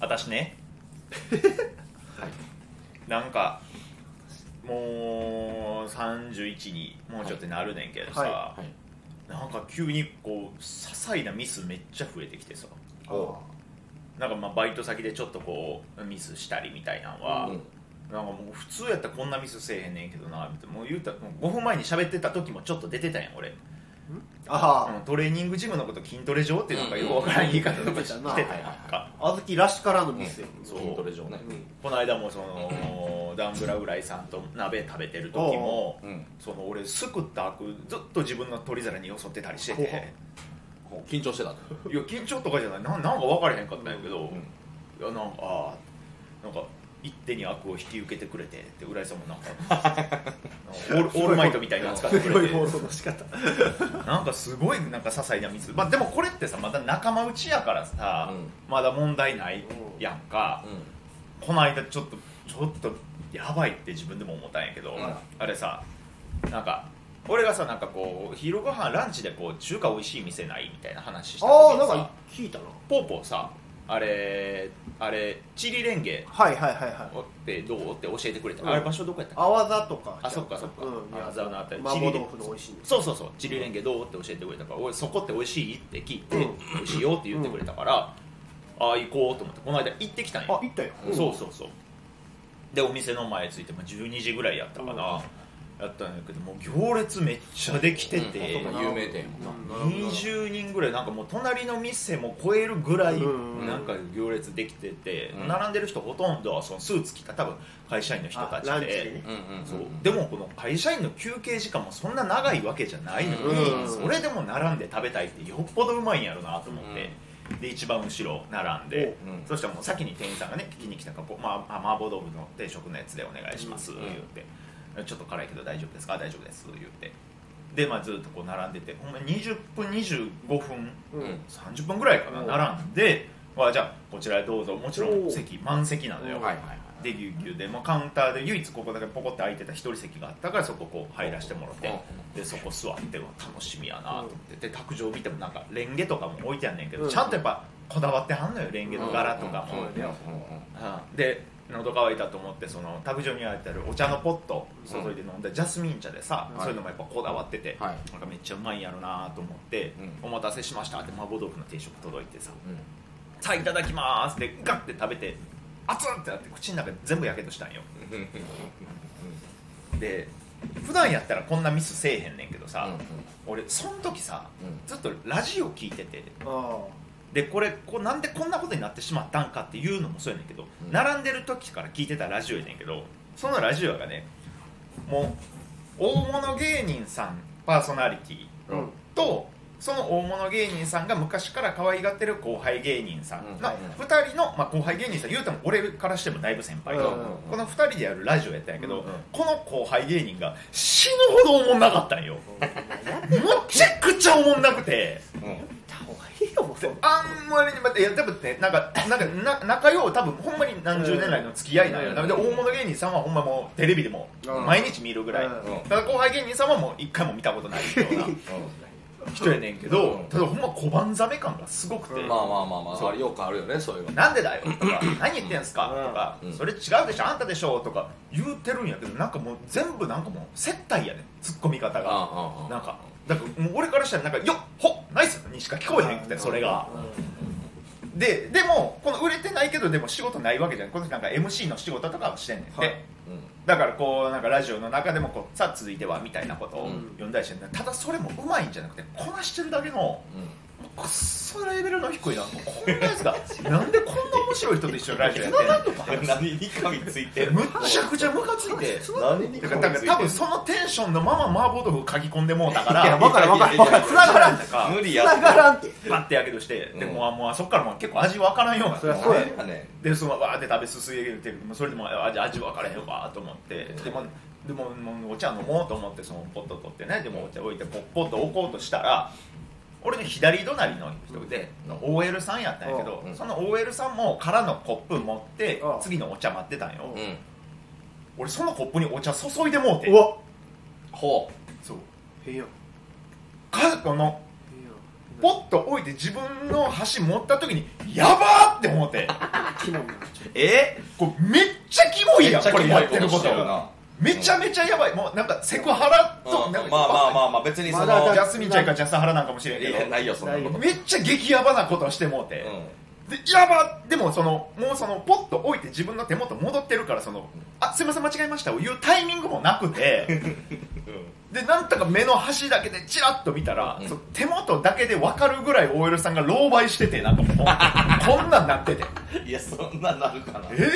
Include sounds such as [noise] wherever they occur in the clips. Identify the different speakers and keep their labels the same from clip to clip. Speaker 1: 私
Speaker 2: [laughs]
Speaker 1: ねなんかもう31にもうちょっとなるねんけどさ、
Speaker 2: はい
Speaker 3: はい
Speaker 1: なんか急にこう些細なミスめっちゃ増えてきてさ
Speaker 3: お
Speaker 1: なんかまあバイト先でちょっとこうミスしたりみたいなのは、
Speaker 3: うん
Speaker 1: なんかもう普通やったらこんなミスせえへんねんけどなみたいなもう言うたらもう5分前に喋ってた時もちょっと出てたんや俺
Speaker 2: あ
Speaker 1: うんトレーニングジムのこと筋トレ場っていうなんかよくわからん言い方とかしてた
Speaker 2: うん
Speaker 1: やんか
Speaker 2: ああずきらしからぬミスよ、
Speaker 1: そう
Speaker 3: 筋トレ場ね
Speaker 1: この間もそのダンブラウライさんと鍋食べてる時も
Speaker 3: うん
Speaker 1: その俺すくったアクずっと自分の取り皿によそってたりしてていや
Speaker 3: こう緊張してたと
Speaker 1: 緊張とかじゃないななんか分からへんかったんやけど、
Speaker 3: ん
Speaker 1: いやなんかあーなんか一手に悪を引き受けてくれてって浦井さんも
Speaker 3: [laughs]
Speaker 1: なんかなんかオールオールマイトみたいなの使って
Speaker 2: す
Speaker 1: く
Speaker 2: ご
Speaker 1: れ
Speaker 2: い
Speaker 1: て
Speaker 2: 放送の仕方
Speaker 1: なんかすごいなんか些細なミス、まあ、でもこれってさまだ仲間内やからさ、
Speaker 3: うん
Speaker 1: まだ問題ないやんか、
Speaker 3: う
Speaker 1: この間ちょっとちょっとやばいって自分でも思ったんやけど、
Speaker 3: うん
Speaker 1: あれさなんか俺がさなんかこう昼ご飯ランチでこう中華美味しい店ないみたいな話した
Speaker 2: あ
Speaker 1: 時
Speaker 2: あな
Speaker 1: に
Speaker 2: ん
Speaker 1: さ
Speaker 2: か聞いたな
Speaker 1: ポーポーさあれあれチリレンゲ
Speaker 2: はいはいはいはい
Speaker 1: ってどうって教えてくれた、
Speaker 2: うん
Speaker 1: あれ場所どこやったっけ
Speaker 2: 泡ざとか
Speaker 1: あそっかそっか
Speaker 2: うん、
Speaker 1: あざのあたり
Speaker 2: 麻婆豆腐の美味しいの
Speaker 1: そうそうそうチリレンゲどうって教えてくれたから俺そこって美味しいって聞いて、
Speaker 2: うん
Speaker 1: 美味しいよって言ってくれたから、ああ行こうと思ってこの間行ってきたん
Speaker 2: あ
Speaker 1: よ、
Speaker 2: 行ったよ、
Speaker 1: そうそうそうでお店の前着いて、まあ、12時ぐらいやったかな、やったんやけどもう行列めっちゃできてて、
Speaker 3: うんあそうか有名店や
Speaker 2: うん
Speaker 1: 20人ぐらいなんかもう隣の店も超えるぐらい
Speaker 2: うん
Speaker 1: なんか行列できてて、
Speaker 3: うん
Speaker 1: 並んでる人ほとんどはそのスーツ着た多分会社員の人たち
Speaker 2: あランチ
Speaker 1: で
Speaker 2: でね
Speaker 3: んうんうん
Speaker 1: そうでもこの会社員の休憩時間もそんな長いわけじゃないのに、
Speaker 2: うん
Speaker 1: それでも並んで食べたいってよっぽどうまいんやろなと思って、で一番後ろ並んで、
Speaker 3: うん
Speaker 1: そしたらもう先に店員さんがね聞きに来たからこう「まあ、麻婆豆腐の定食のやつでお願いします」
Speaker 3: うん
Speaker 1: 言って、ちょっと辛いけど大丈夫ですか?」「大丈夫です」言ってで、まあ、ずっとこう並んでてほんま20分25分
Speaker 2: うん
Speaker 3: うん
Speaker 1: 30分ぐらいかな
Speaker 2: うん
Speaker 1: 並んで、まあ、じゃあこちらへどうぞもちろん席満席なのよ、
Speaker 2: うん
Speaker 3: はいはいはい
Speaker 1: でぎゅうぎゅうで、まあ、カウンターで唯一ここだけポコって空いてた一人席があったからそここう入らせてもらってでそこ座ってうわ楽しみやなと思ってで卓上見てもなんかレンゲとかも置いてあんねんけど、
Speaker 2: うん
Speaker 1: ちゃんとやっぱこだわってはんのよレンゲの柄とかも、
Speaker 3: うんうんうん
Speaker 1: うんで喉乾いたと思ってその卓上にあってあるお茶のポット注いで飲んで、ジャスミン茶でさ、
Speaker 2: はい
Speaker 1: そういうのもやっぱこだわってて、
Speaker 3: はい
Speaker 1: なんかめっちゃうまいんやろなと思って、
Speaker 3: う
Speaker 1: お待たせしましたって麻婆豆腐の定食届いてさ、
Speaker 3: うん
Speaker 1: さあいただきますってガッて食べて熱っってなって口の中で全部やけどしたんよ
Speaker 3: うん
Speaker 1: で普段やったらこんなミスせえへんねんけどさ、
Speaker 3: うん
Speaker 1: 俺そん時さ、
Speaker 3: うん
Speaker 1: ずっとラジオ聞いてて
Speaker 2: あ
Speaker 1: でこれこうなんでこんなことになってしまったんかっていうのもそうやねんけど、
Speaker 3: うん
Speaker 1: 並んでる時から聞いてたラジオやねんけどそのラジオがねもう大物芸人さんパーソナリティ
Speaker 2: あうん
Speaker 1: とその大物芸人さんが昔から可愛がってる後輩芸人さん
Speaker 3: うん
Speaker 1: の
Speaker 3: はい
Speaker 1: 2人の、まあ、後輩芸人さん言うても俺からしてもだいぶ先輩
Speaker 2: うん
Speaker 1: と、この2人でやるラジオやったんやけど、
Speaker 2: うん
Speaker 1: この後輩芸人が死ぬほどおもんなかったんよむちゃくちゃおもんなくて
Speaker 3: うんうん
Speaker 2: 行った方がいいよもうそんな
Speaker 1: あんまりにまたいや多分ねなんかなんかな仲よう多分ほんまに何十年来の付き合いなんよ、
Speaker 3: うん
Speaker 1: なので大物芸人さんはほんまもうテレビでも
Speaker 2: うん
Speaker 1: 毎日見るぐらい、
Speaker 2: うん
Speaker 1: ただ後輩芸人さんはもう一回も見たことないような。人やねんけど、
Speaker 3: うん
Speaker 1: ただほんま小判ザメ感がすごくて、
Speaker 2: うん
Speaker 3: まあまあまあまああれよくあるよねそういうの
Speaker 1: なんでだよとか [clears throat] 何言ってんすか
Speaker 2: うん
Speaker 1: とか、
Speaker 3: うん
Speaker 1: それ違うでしょあんたでしょとか言うてるんやけどなんかもう全部なんかもう接待やねんツッコミ方が
Speaker 3: あ
Speaker 1: なんかだからもう俺からしたらなんか「よっほっナイス!」にしか聞こえへんくてそれがででもこの売れてないけどでも仕事ないわけじゃないこの人なんか MC の仕事とかをしてんねんて、
Speaker 2: はい
Speaker 3: うん
Speaker 1: だからこうなんかラジオの中でもこう「さあ続いては」みたいなことを
Speaker 3: うん
Speaker 1: 呼んだりしてんねんただそれもうまいんじゃなくてこなしてるだけのくっそレベルの低いなこんなやつが [laughs] なんでこんな面白い人と一緒にラジオやってんの
Speaker 3: うん何に噛みついてる
Speaker 1: むっちゃくちゃムカついて
Speaker 3: 何に
Speaker 1: だからだから多分そのテンションのまま麻婆豆腐嗅ぎ込んでもうたか
Speaker 2: いや
Speaker 1: ら
Speaker 2: わかるわかるわかる
Speaker 1: つながらんとか
Speaker 3: 無理や
Speaker 2: 繋がらんって
Speaker 1: バッてやけどしてで
Speaker 3: うん
Speaker 1: もうもうあそこからもう結構味わからんようになって
Speaker 2: そりゃそうや
Speaker 3: やね
Speaker 1: でそのわーって食べ進めてもうそれでもあ味味分からへんわーと思ってでもでももうお茶飲もうと思ってそのポット取ってねでもお茶置いてポッポッと置こうとしたら俺の左隣の人で、
Speaker 3: う
Speaker 1: OL さんやったんやけど、
Speaker 3: うん
Speaker 1: その OL さんも空のコップ持って、
Speaker 2: うん
Speaker 1: 次のお茶待ってたんよ、
Speaker 2: う
Speaker 3: うん
Speaker 1: 俺そのコップにお茶注いでもうて
Speaker 2: うわ
Speaker 3: ほ
Speaker 1: そう
Speaker 2: へいや
Speaker 1: かこの
Speaker 2: へいや
Speaker 3: [laughs]
Speaker 1: ポッと置いて自分の箸持った時にやばーって思って
Speaker 2: 気持
Speaker 1: えこれめっちゃキモいやん
Speaker 3: めっちゃ
Speaker 1: こ
Speaker 3: キ
Speaker 1: れ
Speaker 3: モい
Speaker 1: やってるこ
Speaker 3: ことしてるな
Speaker 1: とめちゃめちゃやばいもうなんかセクハラ
Speaker 3: う
Speaker 1: と、
Speaker 3: ん
Speaker 1: なんか
Speaker 3: まあまあまあまあ別にその
Speaker 2: まだだ
Speaker 1: ジャスミンちゃんかジャスハラなんかもしれん
Speaker 3: い
Speaker 1: け
Speaker 3: や
Speaker 1: ど
Speaker 3: ないよそんなこと
Speaker 1: めっちゃ激ヤバなことしてもうて、
Speaker 3: うん
Speaker 1: でやばでもそのもうそのポッと置いて自分の手元戻ってるからそのあすいません間違えましたを言うタイミングもなくてでなんとか目の端だけでチラッと見たら、
Speaker 3: うん
Speaker 1: その手元だけで分かるぐらい OL さんが狼狽しててなんかもうこんなんなってて
Speaker 3: いやそんななるかな
Speaker 1: えー、やっ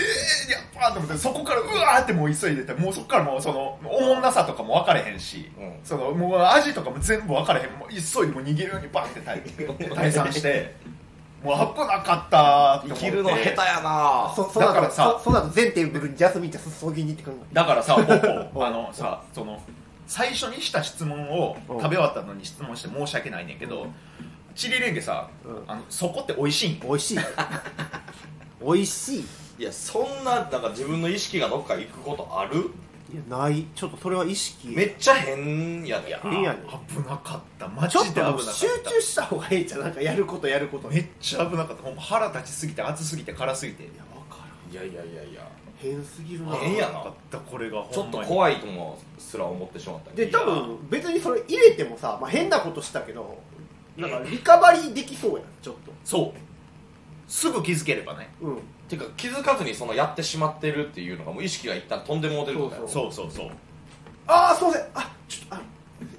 Speaker 1: ぱと思ってそこからうわーってもう急いでてもうそこからもうそのおもんなさとかも分かれへんし、
Speaker 3: うん
Speaker 1: そのもう味とかも全部分かれへんもう急いでもう逃げるようにバンって退退散してもう危なかったって思
Speaker 3: 生
Speaker 1: って
Speaker 3: きるの下手やな
Speaker 2: そそ
Speaker 1: だ
Speaker 2: の
Speaker 1: から
Speaker 2: 後
Speaker 1: さ
Speaker 2: そその後全テーブルにジャスミンちゃん注ぎに行ってくるの
Speaker 1: だからさ、ポッポ、あのさ、その最初にした質問を
Speaker 2: うん
Speaker 1: 食べ終わったのに質問して申し訳ないねんけど、チリレンゲさ
Speaker 2: うん、
Speaker 1: あのそこって美味しいん
Speaker 2: 美
Speaker 1: [laughs]
Speaker 2: 味しい美味しいい
Speaker 3: いやそんななんか自分の意識がどっか行くことある
Speaker 2: やないちょっとそれは意識
Speaker 3: めっちゃ変やで
Speaker 1: いや
Speaker 2: いいやね
Speaker 1: 危なかった、マジ
Speaker 2: ちょ
Speaker 1: で
Speaker 2: っ
Speaker 1: 危なか
Speaker 2: と
Speaker 1: っ
Speaker 2: 集中した方がいいじゃんなんかやることやること
Speaker 1: た。めっちゃ危なかった、ほんま腹立ちすぎて、熱すぎて、辛すぎて、
Speaker 2: いやわからん
Speaker 3: いやいやいやいや
Speaker 2: 変すぎるな
Speaker 3: 変や
Speaker 1: 危なかった、これが
Speaker 3: ち
Speaker 1: ほ
Speaker 3: ょっ
Speaker 1: ん
Speaker 3: と
Speaker 1: まに。
Speaker 3: 怖いともすら思ってしまった
Speaker 2: で
Speaker 3: いや
Speaker 2: 多分別にそれ入れてもさ、まあ、変なことしたけどなんかリカバリーできそうやんちょっと
Speaker 1: そう、すぐ気づければね、
Speaker 2: うん
Speaker 3: てか気づかずにそのやってしまってるっていうのがもう意識が一旦飛んでもうてるみたいな
Speaker 2: そう
Speaker 1: そうそうそう、
Speaker 2: ああすいませんあちょっとあ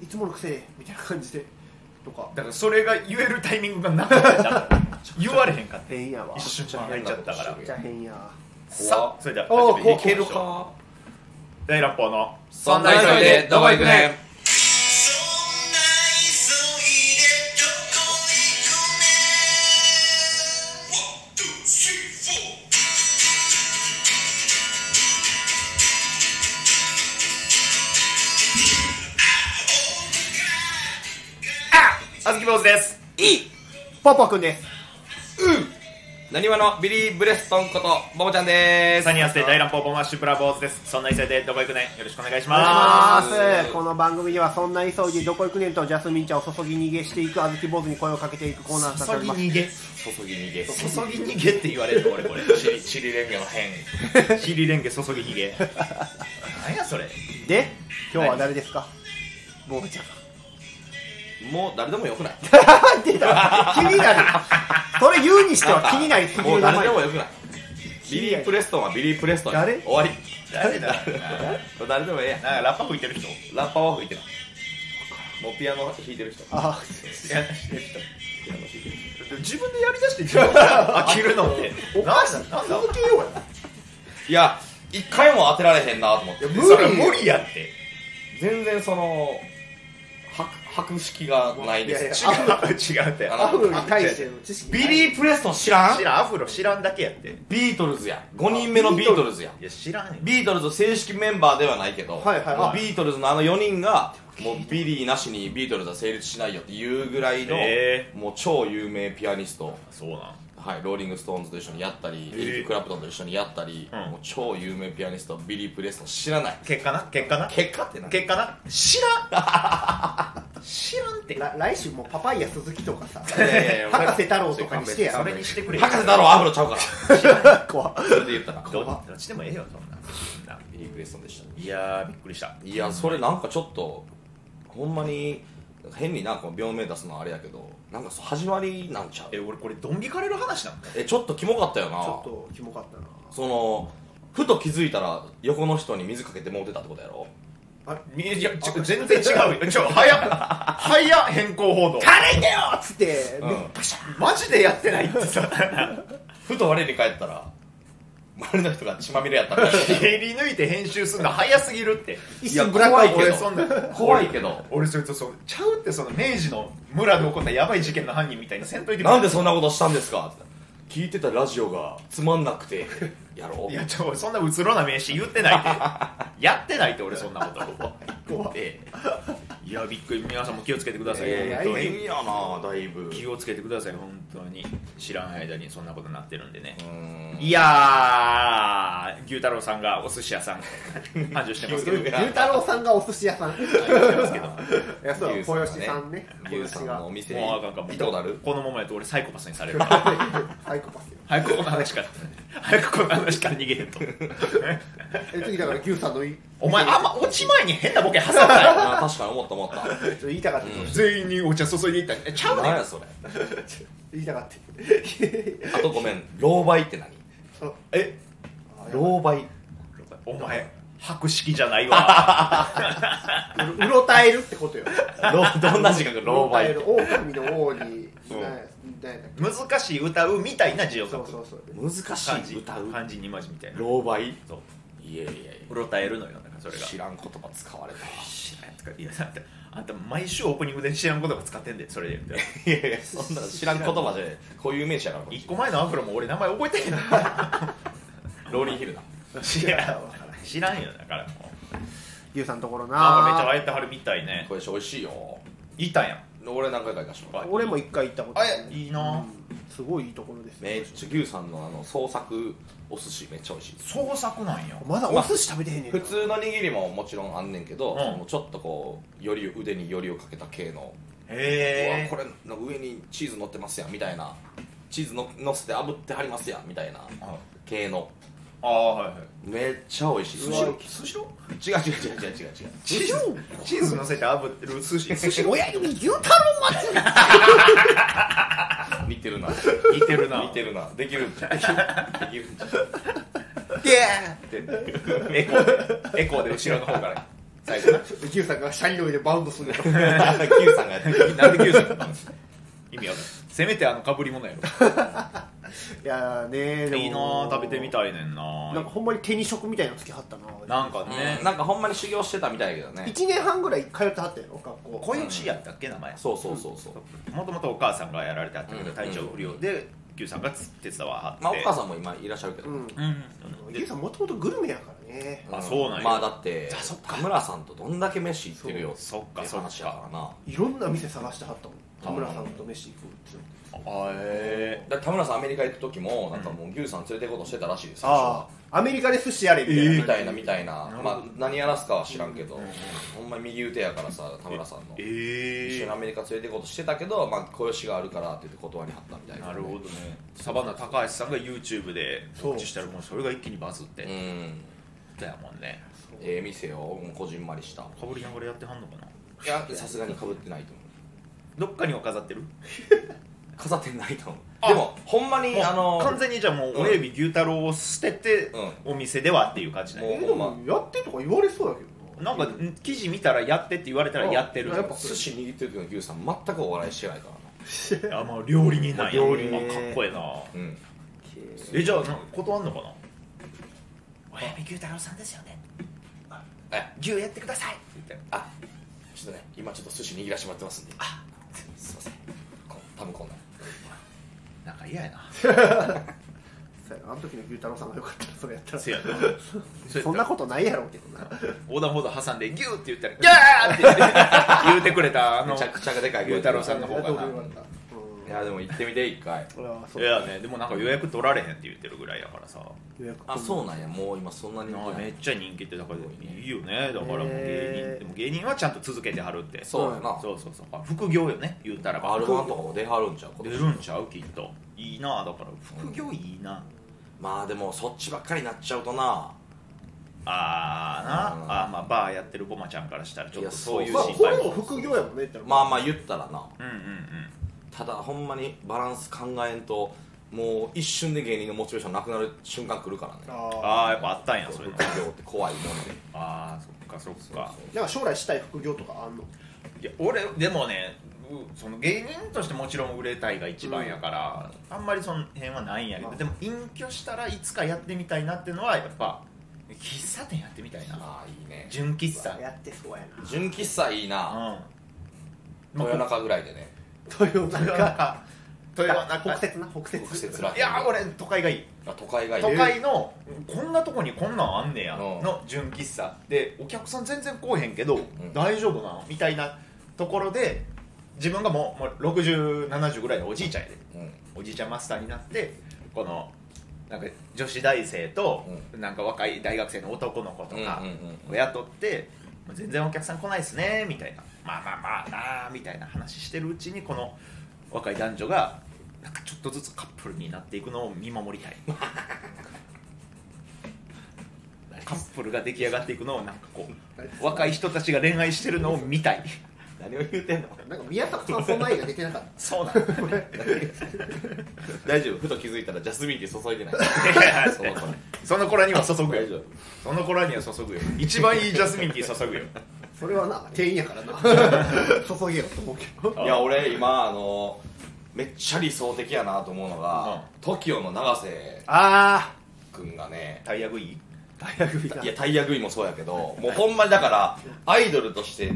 Speaker 2: いつもの癖でみたいな感じでとか
Speaker 1: だからそれが言えるタイミングがなかったんだ言われへんかった、
Speaker 2: 変やわ
Speaker 1: 一瞬ちゃ泣いちゃったから
Speaker 2: めっ。ちゃ変や
Speaker 1: さあ、それでは、
Speaker 2: おう
Speaker 1: 始めていき
Speaker 3: い
Speaker 1: まし
Speaker 3: け
Speaker 1: ょう
Speaker 3: るか
Speaker 1: 大乱暴の
Speaker 3: そんな急いでどこ行くねん
Speaker 1: あずき坊主です
Speaker 3: いい
Speaker 2: パパくんです
Speaker 3: なにわのビリー・ブレストンことももちゃんでーす
Speaker 1: サニーアステ大乱暴ボマッシュプラ坊主ですそんな急いでどこ行くねんよろしくお願いし
Speaker 2: お
Speaker 1: ま
Speaker 2: 願
Speaker 1: す
Speaker 2: いしますこの番組ではそんな急いでどこ行くねんとジャスミンちゃんを注ぎ逃げしていく小豆坊主に声をかけていくコーナーになっております
Speaker 1: げ
Speaker 3: 注ぎ逃げ
Speaker 1: 注ぎ逃げって言われる俺こ
Speaker 3: チリチリレンゲの変
Speaker 1: れシリレンゲ注ぎ逃げなんやそれ
Speaker 2: で今日は誰ですか坊主ちゃん
Speaker 3: もう誰でもよくない
Speaker 2: 出た気になるそれ言うにしては気になりすぎ
Speaker 3: もう
Speaker 2: る名
Speaker 3: 誰
Speaker 2: 前
Speaker 3: でもよくないビリー・プレストンはビリー・プレストンや
Speaker 2: 誰
Speaker 3: 終わり
Speaker 1: 誰だ
Speaker 3: 誰でもええやん
Speaker 1: なんかラッパ吹いてる人
Speaker 3: ラッパーは吹いてないもうピアノ弾いてる人ピ
Speaker 2: あ
Speaker 1: いやしてる人
Speaker 3: アノ弾いてる人
Speaker 1: 自分でやりだして自分から飽きるのって
Speaker 2: おかしい
Speaker 1: なんだなんだ
Speaker 2: 続けようや
Speaker 3: いや一回も当てられへんなと思って
Speaker 2: いや無理
Speaker 1: それ無理やって
Speaker 3: 全然そのは博識がないで
Speaker 2: いやいや
Speaker 3: す
Speaker 1: 違う違うって
Speaker 3: あの
Speaker 2: アフロに対しての知識
Speaker 3: ビリー・プレストン知らん
Speaker 1: 知らんアフロ知らんだけやって
Speaker 3: ビートルズや5人目のビートルズや
Speaker 1: いや知らんよ
Speaker 3: ビートルズ正式メンバーではないけど、
Speaker 2: はいはいはい
Speaker 3: まあ、ビートルズのあの4人がもうビリーなしにビートルズは成立しないよっていうぐらいの、
Speaker 1: へ
Speaker 3: もう超有名ピアニスト、
Speaker 1: そうなん
Speaker 3: はい、ローリング・ストーンズと一緒にやった
Speaker 1: へ
Speaker 3: り、
Speaker 1: ー
Speaker 3: エリック・クラプトンと一緒にやったり、
Speaker 1: うん
Speaker 3: もう超有名ピアニストビリー・プレストン知らない
Speaker 1: 結果な結果な
Speaker 3: 結果ってな
Speaker 1: 結果な知らん知らんって
Speaker 2: ら来週もうパパイヤ鈴木とかさ
Speaker 3: いやいやいや
Speaker 2: 博士太郎とかにしてや
Speaker 3: そ
Speaker 1: そ
Speaker 3: れ
Speaker 1: れ
Speaker 3: に
Speaker 1: に
Speaker 3: し
Speaker 1: してて
Speaker 3: く
Speaker 1: く
Speaker 3: れ
Speaker 1: れ
Speaker 3: 博士太郎アフロちゃうから
Speaker 2: 怖っ
Speaker 3: それで言ったら
Speaker 1: どどっちでもええよそんなそんな
Speaker 3: ビリー・プレストンでした
Speaker 1: いやーびっくりした
Speaker 3: いやそれなんかちょっとほんまに変になんか病名出すのはあれやけどなんかそう始まりなんちゃ
Speaker 1: え
Speaker 3: う
Speaker 1: 俺これドン引かれる話なの
Speaker 3: えちょっとキモかったよな
Speaker 2: ちょっとキモかったな
Speaker 3: そのふと気づいたら横の人に水かけてもうてたってことやろ
Speaker 1: いやちょ全然違うよちょ早っ早っ変更報道
Speaker 2: 軽いんだよっつって、
Speaker 3: うん
Speaker 2: パシャ
Speaker 1: マジでやってないってさ
Speaker 3: ふと我に返ったら周りの人が血まみれやったみたいな
Speaker 1: 切り抜いて編集すんの早すぎるって
Speaker 2: 一
Speaker 3: いや
Speaker 2: 瞬ブラックアウト
Speaker 1: 俺
Speaker 3: 怖いけど
Speaker 1: そんな
Speaker 3: 怖いけど
Speaker 1: 俺それとそうちゃうってその明治の村で起こったやばい事件の犯人みたいにせんといて
Speaker 3: [laughs] なんで
Speaker 1: そ
Speaker 3: そんなことしたんですかって聞いてたラジオがつまんなくてやろう
Speaker 1: いやちょ俺そんなうつろな名刺言ってないでやってないって俺そんなこと
Speaker 3: 怖え
Speaker 1: いやびっくり皆さんも気をつけてください
Speaker 2: いやいや
Speaker 1: 本当
Speaker 3: 変
Speaker 1: に
Speaker 3: やなだいぶ
Speaker 1: 気をつけてください本当に知らん間にそんなことになってるんでね
Speaker 3: う、ん
Speaker 1: いやー牛太郎さんがお寿司屋さん繁盛してますけど
Speaker 3: 牛
Speaker 2: 牛太郎さんがお寿司屋さんい
Speaker 1: 繁盛してますけど
Speaker 2: やそうだ
Speaker 3: 牛さん
Speaker 2: 小
Speaker 3: がね
Speaker 2: 吉さんね小
Speaker 3: 牛
Speaker 2: 吉
Speaker 3: さんの
Speaker 2: が
Speaker 3: お店
Speaker 1: もうあかんか
Speaker 3: 見たことある
Speaker 1: [laughs]
Speaker 2: [laughs]
Speaker 1: このままやと俺サイコパスにされるから
Speaker 2: サイコパスよ
Speaker 1: 早くこの話から早くこの話から逃げへんと
Speaker 2: え次だから牛さんのい
Speaker 1: [laughs] お前あんま落ち前に変なボケ挟んだよ
Speaker 3: あ確かに思った思 [laughs] った
Speaker 2: ちょっと言いたかった、
Speaker 1: 全員にお茶注いでいったえちゃうね
Speaker 3: 何
Speaker 1: ん
Speaker 3: やそれ
Speaker 2: 言いたか [laughs] った
Speaker 3: あとごめん狼狽って何
Speaker 1: え
Speaker 3: 狼狽
Speaker 1: お前博識じゃない [laughs] わ
Speaker 2: うろうろたえるってことよ
Speaker 3: 狼 [laughs] どんな時間か
Speaker 2: うろ
Speaker 3: 狼
Speaker 2: うた
Speaker 3: 狽
Speaker 2: える狼の王に
Speaker 3: うん
Speaker 2: 何や何やったっ
Speaker 1: 難しい歌うみたいな字を
Speaker 2: けそ
Speaker 1: 書
Speaker 2: うそう
Speaker 1: く
Speaker 2: そう
Speaker 3: 難し
Speaker 1: 漢
Speaker 3: い
Speaker 1: 字
Speaker 3: 歌う
Speaker 1: 漢字2文字みたいな
Speaker 3: 狼狽
Speaker 1: そう
Speaker 3: いやいやいう
Speaker 1: ろたえるのよなんかそ
Speaker 3: や
Speaker 1: れが
Speaker 3: 知らん言葉使われた
Speaker 1: 知らんとかいやだってあんた毎週オープニングで知らん言葉使ってんでそれで
Speaker 3: いやいやそんな知らん言葉じゃないこういう名詞やからこっち
Speaker 1: 1個前のアフロも俺名前覚え [laughs] てへんの
Speaker 3: ローリンヒルだ
Speaker 1: 知らん知らんよだからもう
Speaker 2: 牛さんのところ
Speaker 1: なんかめっちゃ
Speaker 2: な
Speaker 1: 会えてはるみたいね
Speaker 3: これ美味しいよ
Speaker 1: いたやん
Speaker 3: 俺何回か行かしてもらっ
Speaker 2: 俺も一回行ったこと
Speaker 1: あ
Speaker 2: る
Speaker 1: いいな
Speaker 2: うんすごいいいところです
Speaker 3: ためっちゃ牛さんのあの創作お寿司めっちゃ美味しい
Speaker 1: 創作なんや
Speaker 2: まだお寿司食べてへんねんな
Speaker 3: 普通の握りももちろんあんねんけど、
Speaker 1: うん
Speaker 3: そのちょっとこうより腕によりをかけた系の、うわ
Speaker 1: へえ
Speaker 3: これの上にチーズ乗ってますやんみたいなチーズの乗せて炙ってはりますやんみたいな
Speaker 1: あ
Speaker 3: 系の
Speaker 1: あはいはい
Speaker 3: めっちゃ美味しい
Speaker 1: ス
Speaker 3: 違
Speaker 1: シ
Speaker 3: う
Speaker 1: ロースシロ
Speaker 3: 違う違う違う違う違う
Speaker 1: チーズチーズ乗せて炙ってる寿司寿司
Speaker 2: 親指牛太郎祭り
Speaker 3: 似てるな
Speaker 1: [laughs] 似てるな
Speaker 3: 似てるなできるんちゃうできるんちゃう
Speaker 1: って [laughs] エコーでエコーで後ろの方から
Speaker 3: 最後な
Speaker 2: 牛さんがシャリの上でバウンドするの
Speaker 3: Q さんがやってるなんで Q さんが
Speaker 1: 意味あるせめてあのかぶり物や
Speaker 2: いやーねーで
Speaker 1: ろ
Speaker 2: も
Speaker 1: いいなぁ食べてみたいねん
Speaker 2: なんか
Speaker 1: な
Speaker 2: ほんまに手に職みたいなのつけはったな
Speaker 1: なんかね
Speaker 3: なんかほんまに修行してたみたいやけどね
Speaker 2: 1年半ぐらい通ってはったやろ学校
Speaker 1: 小吉やったっけ名前
Speaker 3: そうそうそうそう
Speaker 1: もともとお母さんがやられてあったけど
Speaker 3: うん
Speaker 1: 体調不良で Q さんが手伝わはって
Speaker 3: まあお母さんも今いらっしゃるけど、
Speaker 2: うん
Speaker 1: うん
Speaker 2: 牛さんもともとグルメやからね
Speaker 1: あそうなんや
Speaker 3: まあだって
Speaker 1: あそっか
Speaker 3: 田村さんとどんだけ飯行ってるよって
Speaker 1: そうそっかそっか
Speaker 3: 話やからない
Speaker 2: ろんな店探してはったもん田村さんと飯行くって
Speaker 1: あえ
Speaker 3: だから田村さんアメリカ行く時もなんかもう牛さん連れて行こうとしてたらしいです
Speaker 2: ああアメリカで寿司やれみたいな、
Speaker 3: みたいなみたいな
Speaker 1: なるほど
Speaker 3: まあ何やらすかは知らんけどほんまに右腕やからさ田村さんの一緒
Speaker 1: え
Speaker 3: にアメリカ連れて行こうとしてたけどまあ小吉があるからって言って断りはったみたいな
Speaker 1: なるほどねサバンナ高橋さんが YouTube で告知したらもうそれが一気にバズって
Speaker 3: うん
Speaker 1: だよもんね
Speaker 3: ええ店をもうこじんまりした
Speaker 1: かぶりながらやってはんのかない
Speaker 3: やさすがにかぶってないと思う
Speaker 1: どっかには飾ってる
Speaker 3: 飾ってないと思う
Speaker 1: あ
Speaker 3: でもほんまにあ
Speaker 1: も
Speaker 3: の
Speaker 1: う完全にじゃあもう親指牛太郎を捨てて
Speaker 3: う
Speaker 1: お店ではっていう感じだ
Speaker 3: も
Speaker 1: ね
Speaker 2: えでもやってとか言われそうだけ
Speaker 1: な
Speaker 2: ど
Speaker 1: んかん記事見たらやってって言われたらやってる
Speaker 2: あやっぱ
Speaker 3: 寿司握ってる時の牛さん全くお笑いしてないからな
Speaker 1: あまあ料理人なんや
Speaker 2: 料理人
Speaker 1: あかっこええな
Speaker 3: うん
Speaker 1: えじゃあなんか断んのかな親指牛太郎さんですよね
Speaker 3: え
Speaker 1: 牛やってくださいって言って
Speaker 3: あちょっとね今ちょっと寿司握らしてもらってますんであすいませんこ多分こんな
Speaker 1: なんか嫌や
Speaker 2: [laughs]
Speaker 1: な
Speaker 2: そうやなあの時の牛太郎さんがよかったらそれやったら
Speaker 1: せや
Speaker 2: [laughs]
Speaker 1: な
Speaker 2: そんなことないやろうけどな
Speaker 1: 横断歩道挟んでギューって言ったらギャーって言って言うてくれたあの
Speaker 3: めちゃくちゃでかい
Speaker 1: 龍太郎さんの方が
Speaker 2: どう
Speaker 1: な
Speaker 2: 言われたうん
Speaker 3: いやでも行ってみて一回
Speaker 2: 俺はそ
Speaker 1: いうやねでもなんか予約取られへんって言ってるぐらいやからさ
Speaker 2: 予約
Speaker 3: あそうなんやもう今そんなに
Speaker 1: なんかめっちゃ人気ってだからいいよねだからもう芸人、
Speaker 2: へー
Speaker 1: でも芸人はちゃんと続けてはるって
Speaker 3: そうやな
Speaker 1: そうそうそうあ副業よね言うたらば
Speaker 3: R1 とかも出はるんちゃう
Speaker 1: 出るんちゃうきっといいなだから副業いいな、
Speaker 3: まあでもそっちばっかりになっちゃうとな
Speaker 1: あーな、
Speaker 3: うん
Speaker 1: あーまあバーやってるボマちゃんからしたらちょっ
Speaker 3: い
Speaker 1: と
Speaker 3: や
Speaker 1: そういう
Speaker 2: まあ
Speaker 1: 心
Speaker 2: こ
Speaker 1: 配
Speaker 2: れ
Speaker 1: も
Speaker 2: も副業やもんね言ったら
Speaker 3: まあまあ言ったらな
Speaker 1: うんうんうん
Speaker 3: ただほんまにバランス考えんともう一瞬で芸人のモチベーションなくなる瞬間来るからね
Speaker 2: あ
Speaker 1: ああやっぱあったんやそ
Speaker 3: 副
Speaker 1: れ
Speaker 3: 業
Speaker 1: の
Speaker 3: って怖いもんで
Speaker 1: ああそっかそっか
Speaker 2: あなんか将来したい副業とかあんの
Speaker 1: いや俺でもねうその芸人としてもちろん売れたいが一番やから、あんまりその辺はないんやけど、
Speaker 2: まあ
Speaker 1: でも隠居したらいつかやってみたいなっていうのはやっぱ喫茶店やってみたいな
Speaker 3: ああいいね
Speaker 1: 純喫茶
Speaker 2: やってそうやな
Speaker 3: 純喫茶いいな
Speaker 1: うん
Speaker 3: 豊
Speaker 1: まあ
Speaker 3: 中ぐらいでね
Speaker 2: というなん
Speaker 1: 豊
Speaker 2: か
Speaker 1: 中豊中
Speaker 2: 北節な北節
Speaker 3: 北節らへん
Speaker 1: いやー俺都会がいい
Speaker 3: あ都会がいい
Speaker 1: 都会のこんなとこにこんなんあんねや
Speaker 3: うん
Speaker 1: の純喫茶でお客さん全然来おへんけど
Speaker 3: ん
Speaker 1: 大丈夫なのみたいなところで自分がもうもう6070ぐらいのおじいちゃんやで
Speaker 3: うん
Speaker 1: おじいちゃんマスターになってこのなんか女子大生となんか若い大学生の男の子とか
Speaker 3: うんうんうん
Speaker 1: を雇ってまあ全然お客さん来ないですねみたいなまあまあまあなあみたいな話してるうちにこの
Speaker 3: [laughs]
Speaker 1: 若い男女がなんかちょっとずつカップルになっていくのを見守りたいカップルが出来上がっていくのをなんかこ
Speaker 3: [laughs]
Speaker 1: う若い人たちが恋愛してるのを見たい
Speaker 3: 何を言うてんの
Speaker 4: なんか宮迫さんそんな映画出てなかった
Speaker 1: そうなんだ
Speaker 3: 大丈夫ふと気づいたらジャスミンティー注いでないその子ね
Speaker 1: [laughs] その頃には注ぐよ
Speaker 3: 大丈夫
Speaker 1: その頃には注ぐよ一番いいジャスミンティー注ぐよ
Speaker 4: それはな店員やからな
Speaker 2: [laughs]
Speaker 4: 注げよと思うけど
Speaker 3: いや俺今あのめっちゃ理想的やなと思うのが、TOKIO の永瀬
Speaker 2: あ
Speaker 3: 君がね
Speaker 1: タイヤ食い
Speaker 2: あ大学いた
Speaker 3: いやタイヤ食いもそうやけどもうほんまにだからアイドルとして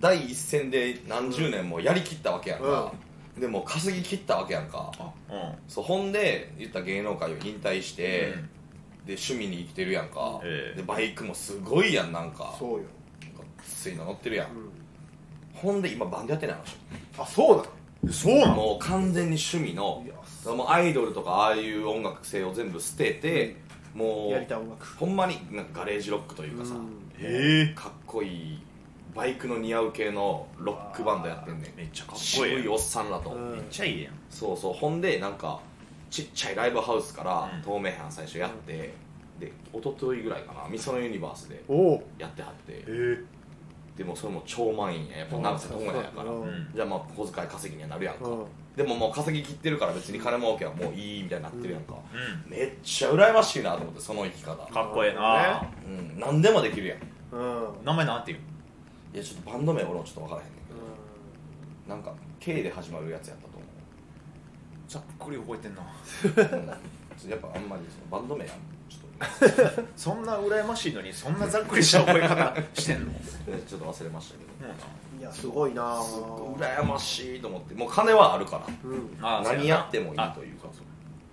Speaker 3: 第一線で何十年もやりきったわけやんか、でもう稼ぎきったわけやんか
Speaker 1: うん
Speaker 3: そうほんで言ったら芸能界を引退して、
Speaker 1: うん
Speaker 3: で趣味に生きてるやんか、
Speaker 1: ええ
Speaker 3: でバイクもすごいやんなんか
Speaker 4: そうよ、
Speaker 3: なんかついの乗ってるや
Speaker 4: う
Speaker 3: ん、
Speaker 4: ん
Speaker 3: ほんで今バンドやってないの
Speaker 4: あそうなの
Speaker 1: そうなの
Speaker 3: もう完全に趣味の
Speaker 4: いや
Speaker 3: もうアイドルとかああいう音楽性を全部捨てて、もう
Speaker 2: やりたい音楽
Speaker 3: ほんまになんかガレージロックというかさ、
Speaker 2: うん
Speaker 1: へえ
Speaker 3: かっこいいバイクの似合う系のロックバンドやってんねん
Speaker 1: めっちゃかっこ
Speaker 3: 渋
Speaker 1: ええ
Speaker 3: い
Speaker 1: やん
Speaker 3: おっさんらと、
Speaker 2: うん
Speaker 1: めっちゃいいやん
Speaker 3: そうそうほんでなんかちっちゃいライブハウスから
Speaker 1: うん
Speaker 3: 透明版最初やって、で一昨日ぐらいかなみそのユニバースで
Speaker 2: おお
Speaker 3: やってはって
Speaker 1: え
Speaker 3: でもそれも超満員ややっぱ長瀬智也やから、
Speaker 2: うん
Speaker 1: うん
Speaker 3: じゃあまあ小遣い稼ぎにはなるやんか、
Speaker 2: うん
Speaker 3: でももう稼ぎ切ってるから別に金儲けはもういいみたいになってるやんか、
Speaker 1: う
Speaker 3: めっちゃ羨ましいなと思ってその生き方
Speaker 1: んかっこええな
Speaker 2: ね
Speaker 3: うん何でもできるやんい
Speaker 2: うんうん
Speaker 1: 名前なんていう
Speaker 3: やちょっとバンド名俺もちょっと分からへんねんけどなんか K で始まるやつやったと思う
Speaker 1: ざっくり覚えてんな
Speaker 3: やっぱあんまりそのバンド名はちょ
Speaker 1: そんな羨ましいのにそんなざっくりした覚え方してんの
Speaker 3: っとちょっと忘れましたけど
Speaker 2: いやすごいな
Speaker 3: すっごい羨ましいと思ってもう金はあるか
Speaker 2: うん
Speaker 1: あ
Speaker 3: ら何やってもいいというか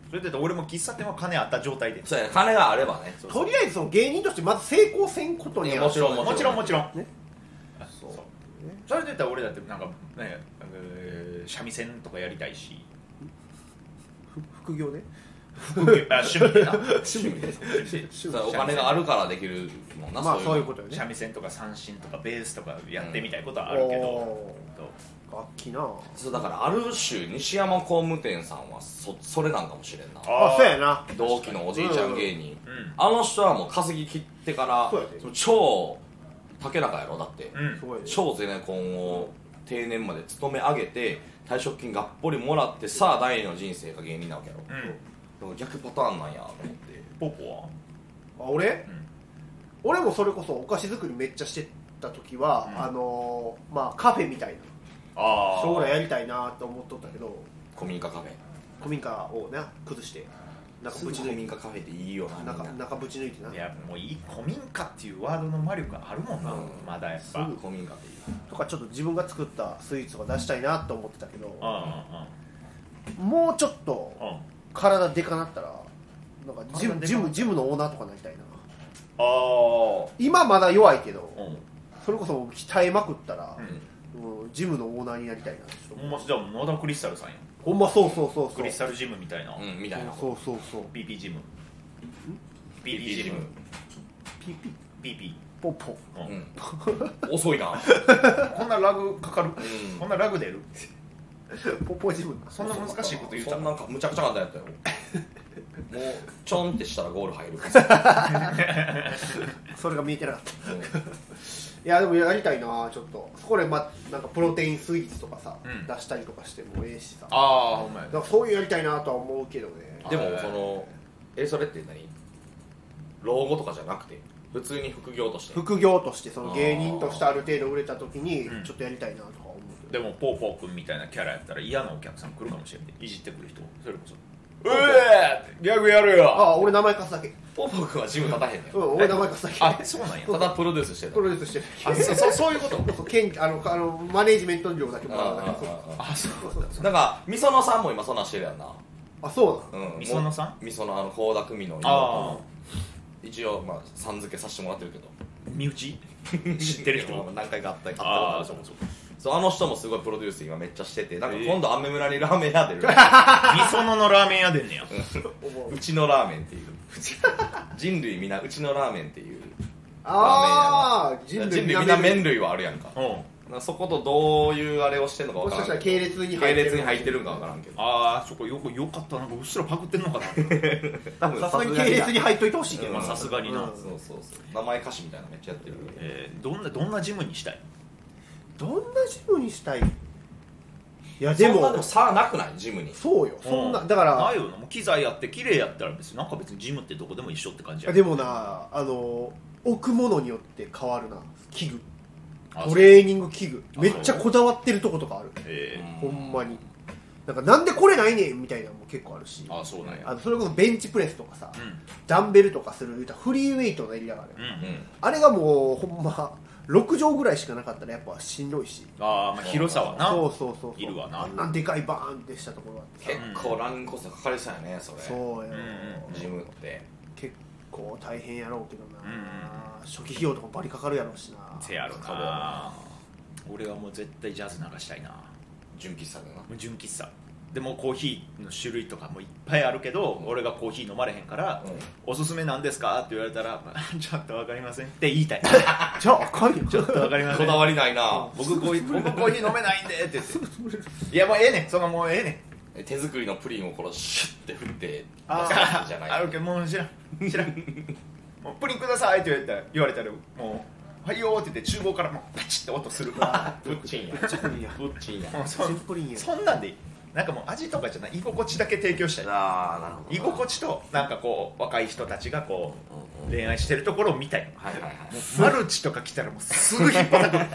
Speaker 1: それで言うと俺も喫茶店は金あった状態で
Speaker 3: そうやね金があればね
Speaker 1: そう
Speaker 2: とりあえずその芸人としてまず成功せんことに
Speaker 3: い
Speaker 2: は
Speaker 3: やもちろん
Speaker 1: もちろんもちろん
Speaker 2: ね
Speaker 3: そう
Speaker 1: そうそれで言ったら俺だってなんかねえー三味線とかやりたいし
Speaker 2: 副業ね
Speaker 1: あ趣味でな
Speaker 3: 趣味で
Speaker 2: 趣味
Speaker 3: そうお金があるからできるもんな
Speaker 2: まあそういう
Speaker 3: の
Speaker 2: ことよね
Speaker 1: 三味線とか三振とかベースとかやってみたいことはあるけど、
Speaker 2: おー楽器な
Speaker 3: そうだからある種西山工務店さんはそそれなんかもしれんな
Speaker 1: あ
Speaker 2: あ
Speaker 1: ー
Speaker 2: そうやな
Speaker 3: 同期のおじいちゃん芸人
Speaker 1: うん
Speaker 3: あの人はもう稼ぎ切ってから
Speaker 2: そうやで
Speaker 3: その超竹中やろだって
Speaker 1: うん
Speaker 2: すごいね
Speaker 3: 超ゼネコンを定年まで勤め上げて退職金がっぽりもらってさあ第二の人生が芸人なわけやろ、
Speaker 1: うん
Speaker 3: だから逆パターンなんやと思って
Speaker 1: ポポは
Speaker 2: あ俺
Speaker 1: うん
Speaker 2: 俺もそれこそお菓子作りめっちゃしてた時は、
Speaker 1: うん
Speaker 2: あのーまあカフェみたい
Speaker 1: あ
Speaker 2: な
Speaker 1: あ
Speaker 2: 将来やりたいなと思っとったけど
Speaker 3: 古民家カフェ
Speaker 2: 古民家をね崩して中
Speaker 3: すぐ
Speaker 2: ぶち
Speaker 3: 古
Speaker 2: 抜い
Speaker 3: 民家カフェっていいよな
Speaker 2: て
Speaker 3: みんな
Speaker 2: 中中ぶち抜いてない
Speaker 1: やもういい古民家っていうワードの魔力があるもんな、
Speaker 3: うん
Speaker 1: まだやっ
Speaker 3: す
Speaker 1: ぱうん
Speaker 3: ぐ古民家っていい
Speaker 2: とかちょっと自分が作ったスイーツとか出したいなと思ってたけど
Speaker 1: う
Speaker 2: もうちょっと
Speaker 1: んうんうん
Speaker 2: 体でかなったらなんかジム
Speaker 1: 体でかな
Speaker 2: ジムジムのオーナーとかなりたいな
Speaker 1: ああ
Speaker 2: 今まだ弱いけど
Speaker 1: うん
Speaker 2: それこそ鍛えまくったら
Speaker 1: う、ん
Speaker 2: もうジムのオーナーになりたいなちょっ
Speaker 1: ほ
Speaker 2: と
Speaker 1: んまじゃあ野田クリスタルさんやん
Speaker 2: ほんまそうそうそうそ
Speaker 1: ク
Speaker 2: う
Speaker 1: リスタルジムみたいな、
Speaker 3: うんみたいな
Speaker 2: そうそうそう
Speaker 1: PP ジム PP ジム
Speaker 2: ピピ
Speaker 1: PP
Speaker 2: ポポ
Speaker 1: う
Speaker 3: うんん
Speaker 1: [laughs]
Speaker 3: 遅いな
Speaker 1: こんなラグかかる
Speaker 3: うん
Speaker 1: こんなラグ出る
Speaker 2: ポポジム
Speaker 1: そんな難しいこと言うた
Speaker 3: そん
Speaker 1: ら
Speaker 3: なんかむちゃくちゃ簡単
Speaker 1: [laughs]
Speaker 3: やったよもうちょんってしたらゴール入る
Speaker 2: それが見えてなかったい
Speaker 3: うん
Speaker 2: やでもやりたいなちょっとそこで、ま、なんかプロテインスイーツとかさ、
Speaker 1: うん
Speaker 2: 出したりとかしてもええしさだか
Speaker 1: ああほんまや
Speaker 2: らそういうやりたいなとは思うけどね
Speaker 3: でもそのえそれって何老後とかじゃなくて普通に副業として
Speaker 2: 副業としてその芸人としてある程度売れた時に
Speaker 1: うん
Speaker 2: ちょっとやりたいなとか思うけ
Speaker 1: で
Speaker 2: ど、
Speaker 1: もポーポー君みたいなキャラやったら嫌なお客さん来るかもしれないいじってくる人それこそう
Speaker 3: えーギャグやる
Speaker 2: あ
Speaker 3: よ
Speaker 2: あ俺名前貸すだけ
Speaker 3: ポンポ君はジム立たへんねん
Speaker 2: うん俺名前貸すだけ
Speaker 1: あそうなんや
Speaker 3: ただプロデュースしてる
Speaker 2: プロデュースしてる
Speaker 1: あそそそういうこと
Speaker 2: そう権あのあのマネージメント料だけもらうだけそう
Speaker 1: あそう
Speaker 2: そうそう
Speaker 3: なんかみそのさんも今そんなんしてるやんな
Speaker 2: あそうなの
Speaker 3: うん
Speaker 1: みそのさ
Speaker 3: んみそのあの倖田來未の
Speaker 1: あ
Speaker 3: 一応まあさん付けさせてもらってるけど
Speaker 1: 身
Speaker 3: [laughs]
Speaker 1: 内知ってる人
Speaker 3: もう [laughs] 何回かあったり買った
Speaker 1: ああ
Speaker 3: こと
Speaker 1: そう
Speaker 3: ある
Speaker 1: か
Speaker 3: し
Speaker 1: そうか
Speaker 3: そうあの人もすごいプロデュース今めっちゃしててなんか
Speaker 1: ええ
Speaker 3: 今度雨村にラーメン屋出
Speaker 1: [laughs]
Speaker 3: る
Speaker 1: みそののラーメン屋でんねや
Speaker 2: おもろいう
Speaker 3: ちのラーメンっていう人類皆うちのラーメンっていう
Speaker 2: ああ
Speaker 3: 人類みんな
Speaker 2: 麺
Speaker 3: 麺類はあるやんか
Speaker 1: う
Speaker 3: なそことどういうあれをしてんのか
Speaker 4: も
Speaker 3: 分
Speaker 4: し
Speaker 3: か
Speaker 4: からした
Speaker 3: ん
Speaker 4: ら系
Speaker 3: け
Speaker 4: 列に入
Speaker 3: ど系
Speaker 4: ってる
Speaker 3: 列に入ってるんか分からんけど
Speaker 1: ああそこよくよかったなんかうっすらパクってんのか
Speaker 2: [laughs]
Speaker 1: な
Speaker 3: 多分
Speaker 2: さすがに系列に入っといてほしいけど
Speaker 1: まあ
Speaker 2: な
Speaker 1: さすがにな、
Speaker 2: うん
Speaker 3: そうそうそう名前歌詞みたいなのめっちゃやってる
Speaker 1: えーどんなどんなジムにしたい
Speaker 2: どんなジムにしたいいや
Speaker 3: で
Speaker 2: で
Speaker 3: もそん
Speaker 2: も
Speaker 3: なでも差なくないジムに
Speaker 2: そうよそんな
Speaker 1: う
Speaker 2: だか
Speaker 1: な
Speaker 2: ら
Speaker 1: いよなもう機材やって綺麗やったら別になんか別にジムってどこでも一緒って感じや
Speaker 2: でもなあの置くものによって変わるな器具
Speaker 1: あ
Speaker 2: トレーニング器具
Speaker 1: あ
Speaker 2: めっちゃこだわってるとことかある
Speaker 1: え
Speaker 2: ほんまになんかなんでこれないねんみたいなのも結構あるし
Speaker 1: ーあそうなんや
Speaker 2: あのそれこそベンチプレスとかさ、
Speaker 1: う
Speaker 2: ダンベルとかする言うたらフリーウェイトのエリアがある、
Speaker 1: んうん
Speaker 3: うん
Speaker 2: あれがもうほんま6畳ぐらいしかなかったらやっぱしんどいし
Speaker 1: あーまあ広さはな
Speaker 2: そうそうそうそう
Speaker 1: いるわな
Speaker 2: あんなんでかいバーンってしたところがあって
Speaker 3: 結
Speaker 2: さ
Speaker 3: 構ランコストかかりそうやねそれ
Speaker 2: そうよ、
Speaker 1: んう
Speaker 3: ジムって
Speaker 2: 結構大変やろうけど
Speaker 1: う
Speaker 2: な、
Speaker 1: ん
Speaker 2: 初期費用とかバリかかるやろうしな
Speaker 1: せやろ
Speaker 3: かも
Speaker 1: な俺はもう絶対ジャズ流したいな
Speaker 3: 純喫茶でな
Speaker 1: もう純喫茶でもうコーヒーの種類とかもいっぱいあるけど俺がコーヒー飲まれへんから
Speaker 3: うん
Speaker 1: 「おすすめなんですか?」って言われたら「 [laughs] ちょっとわかりません」って言いたい
Speaker 2: じゃああかん
Speaker 1: [laughs]
Speaker 2: よ
Speaker 1: ちょっとわかりませ
Speaker 3: こ
Speaker 1: ん
Speaker 3: だわりないな
Speaker 1: 僕コーヒ
Speaker 3: [laughs]
Speaker 1: ー僕コーヒー飲めないんでって言っていやもうええねんそのもうええねん
Speaker 3: 手作りのプリンをこのシュッて振って
Speaker 1: あ
Speaker 3: 出すじゃ
Speaker 1: あ
Speaker 3: な
Speaker 1: る
Speaker 3: い
Speaker 1: けどもう知らん知らんもうプリンくださいって言われたら言われたらもう「はいよ」って言って厨房からもうパチッて音するも
Speaker 3: プッチンや
Speaker 2: [laughs] シンプルや
Speaker 3: プッチンや
Speaker 1: うそ
Speaker 2: シンプルにや
Speaker 1: そんなんでいいなんかもう味とかじゃない居心地だけ提供したい
Speaker 3: ああなるほど
Speaker 1: 居心地となんかこう若い人たちがこう恋愛してるところを見たい
Speaker 3: はいはいはい
Speaker 1: マルチとか来たらもうすぐ引っ張らくる